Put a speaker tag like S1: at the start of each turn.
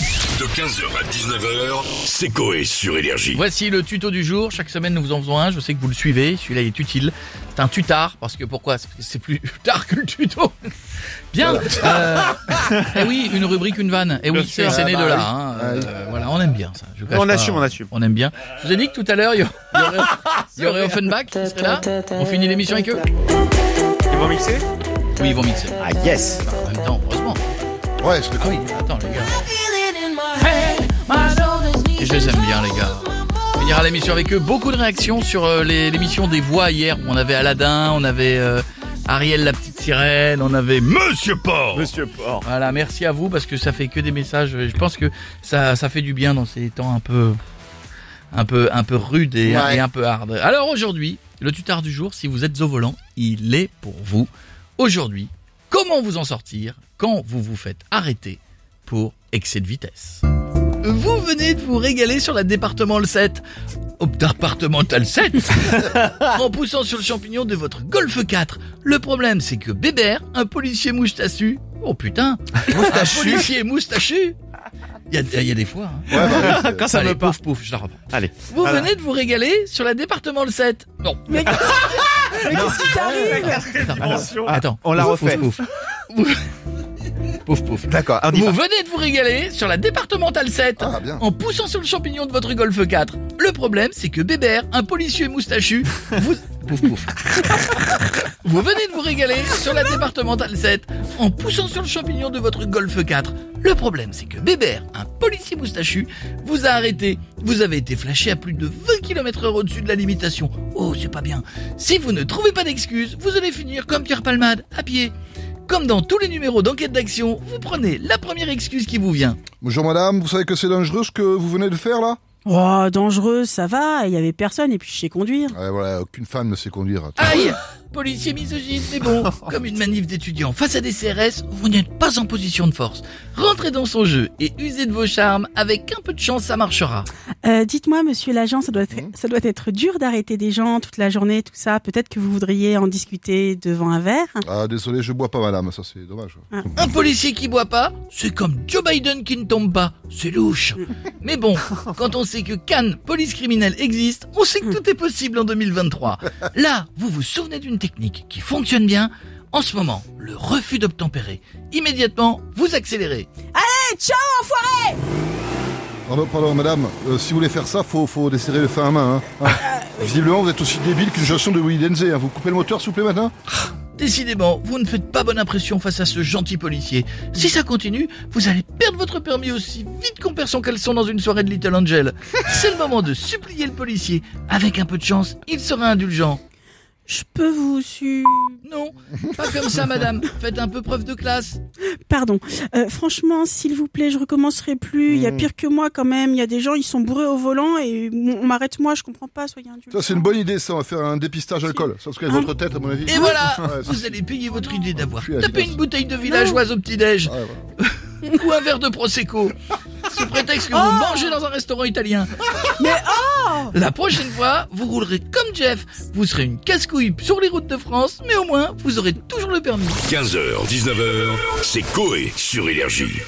S1: De 15h à 19h, c'est Coé sur Énergie.
S2: Voici le tuto du jour. Chaque semaine, nous vous en faisons un. Je sais que vous le suivez. Celui-là, il est utile. C'est un tutard. Parce que pourquoi C'est parce que C'est plus tard que le tuto. Bien. et oui, une rubrique, une vanne. Et oui, c'est c'est né de là. hein. Euh, voilà, on aime bien ça. Je vous cache
S3: Ah, bah On
S2: pas,
S3: assume, on assume.
S2: On aime bien. Je vous ai dit que tout à l'heure, il y aurait- il y aurait, il y aurait Offenbach qui serait là. On finit l'émission avec eux.
S3: Ils vont mixer
S2: Oui, ils vont mixer. Bah,
S3: Ah yes
S2: En même temps, heureusement.
S4: Ouais, je le
S2: Ah oui, attends, les gars. Et je les aime bien, les gars. On finira l'émission avec eux. Beaucoup de réactions sur euh, les- l'émission des voix hier. On avait Aladdin, on avait euh, Ariel la petite sirène, on avait Monsieur Porc.
S3: Monsieur Port.
S2: Voilà, merci à vous parce que ça fait que des messages. Je pense que ça, ça fait du bien dans ces temps un peu, un peu, un peu rudes et,
S4: Ouais.
S2: et un peu hard. Alors aujourd'hui, le tutard du jour, si vous êtes au volant, il est pour vous. Aujourd'hui, comment vous en sortir quand vous vous faites arrêter pour excès de vitesse Vous venez de vous régaler sur la département le 7. Au départemental 7 en poussant sur le champignon de votre Golf 4. Le problème, c'est que Bébert, un policier moustachu, oh putain, un policier moustachu, il y a, il y a des fois. hein.
S3: bah, Quand ça
S2: Allez,
S3: me parle.
S2: pouf, pouf, je la reprends.
S3: Allez.
S2: Vous
S3: Voilà.
S2: venez de vous régaler sur la département le 7. Non. Mais, qu'est-ce qui t'arrive Attends,
S3: Ah,
S2: attends.
S3: on la
S2: Pouf,
S3: refait.
S2: Pouf, pouf. Pouf, pouf.
S4: D'accord.
S3: Ah, on y
S2: Vous
S3: va.
S2: venez de vous régaler sur la départementale 7
S4: Ah, bien.
S2: en poussant sur le champignon de votre Golf 4. Le problème, c'est que Bébert, un policier moustachu, vous... Pouf, pouf. vous venez de vous régaler sur la départementale 7 en poussant sur le champignon de votre Golf 4. Le problème, c'est que Bébert, un policier moustachu, vous a arrêté. Vous avez été flashé à plus de 20 km heure au-dessus de la limitation. Oh, c'est pas bien. Si vous ne trouvez pas d'excuses, vous allez finir comme Pierre Palmade, à pied. Comme dans tous les numéros d'enquête d'action, vous prenez la première excuse qui vous vient.
S4: Bonjour madame, vous savez que c'est dangereux ce que vous venez de faire là
S5: Oh, dangereux, ça va, il y avait personne et puis je sais conduire.
S4: Ouais, Ah, voilà, aucune femme ne sait conduire.
S2: Aïe Policier misogyne, mais bon, comme une manif d'étudiants face à des CRS, vous n'êtes pas en position de force. Rentrez dans son jeu et usez de vos charmes, avec un peu de chance ça marchera.
S5: Euh, Dites-moi, monsieur l'agent, ça, doit être-
S4: Mhm.
S5: ça doit être dur d'arrêter des gens toute la journée, tout ça. Peut-être que vous voudriez en discuter devant un verre.
S4: Ah, désolé, je bois pas madame, ça c'est dommage.
S2: Un policier qui boit pas, c'est comme Joe Biden qui ne tombe pas, c'est louche. Mais bon, quand on sait que Cannes, police criminelle existe, on sait que tout est possible en 2023. Là, vous vous souvenez d'une technique qui fonctionne bien en ce moment, le refus d'obtempérer. Immédiatement, vous accélérez.
S4: Pardon, Ah, bah, pardon madame, euh, si vous voulez faire ça, faut, faut desserrer le frein à main. Hein. Ah. Visiblement, vous êtes aussi débile qu'une chanson de Willy Denzey. hein. Vous coupez le moteur s'il vous plaît maintenant
S2: Décidément, vous ne faites pas bonne impression face à ce gentil policier. Si ça continue, vous allez perdre votre permis aussi vite qu'on perd son caleçon dans une soirée de Little Angel. C'est le moment de supplier le policier. Avec un peu de chance, il sera indulgent.
S5: Je peux vous su...
S2: Non, pas comme ça, madame. Faites un peu preuve de classe.
S5: Pardon. Euh, franchement, s'il vous plaît, je recommencerai plus. Il y a
S4: Mhm.
S5: pire que moi quand même. Il y a des gens, ils sont bourrés au volant et on on m'arrête moi, je comprends pas, soyez indulgents.
S4: Ça c'est une bonne idée ça, on va faire un dépistage alcool. Ça parce qu'avec
S5: Ah.
S4: votre tête à mon avis.
S2: Et voilà,
S4: Ouais, c'est-
S2: vous allez payer votre idée d'avoir
S4: Je suis à
S2: tapé
S4: vitesse.
S2: une bouteille de villageoise au petit-déj
S4: Ah, ouais, voilà.
S2: ou un verre de prosecco sous prétexte que vous mangez dans un restaurant italien.
S5: Mais
S2: La prochaine fois, vous roulerez comme Jeff. Vous serez une casse-couille sur les routes de France, mais au moins, vous aurez toujours le permis.
S1: 15h, 19h, c'est Coé sur Énergie.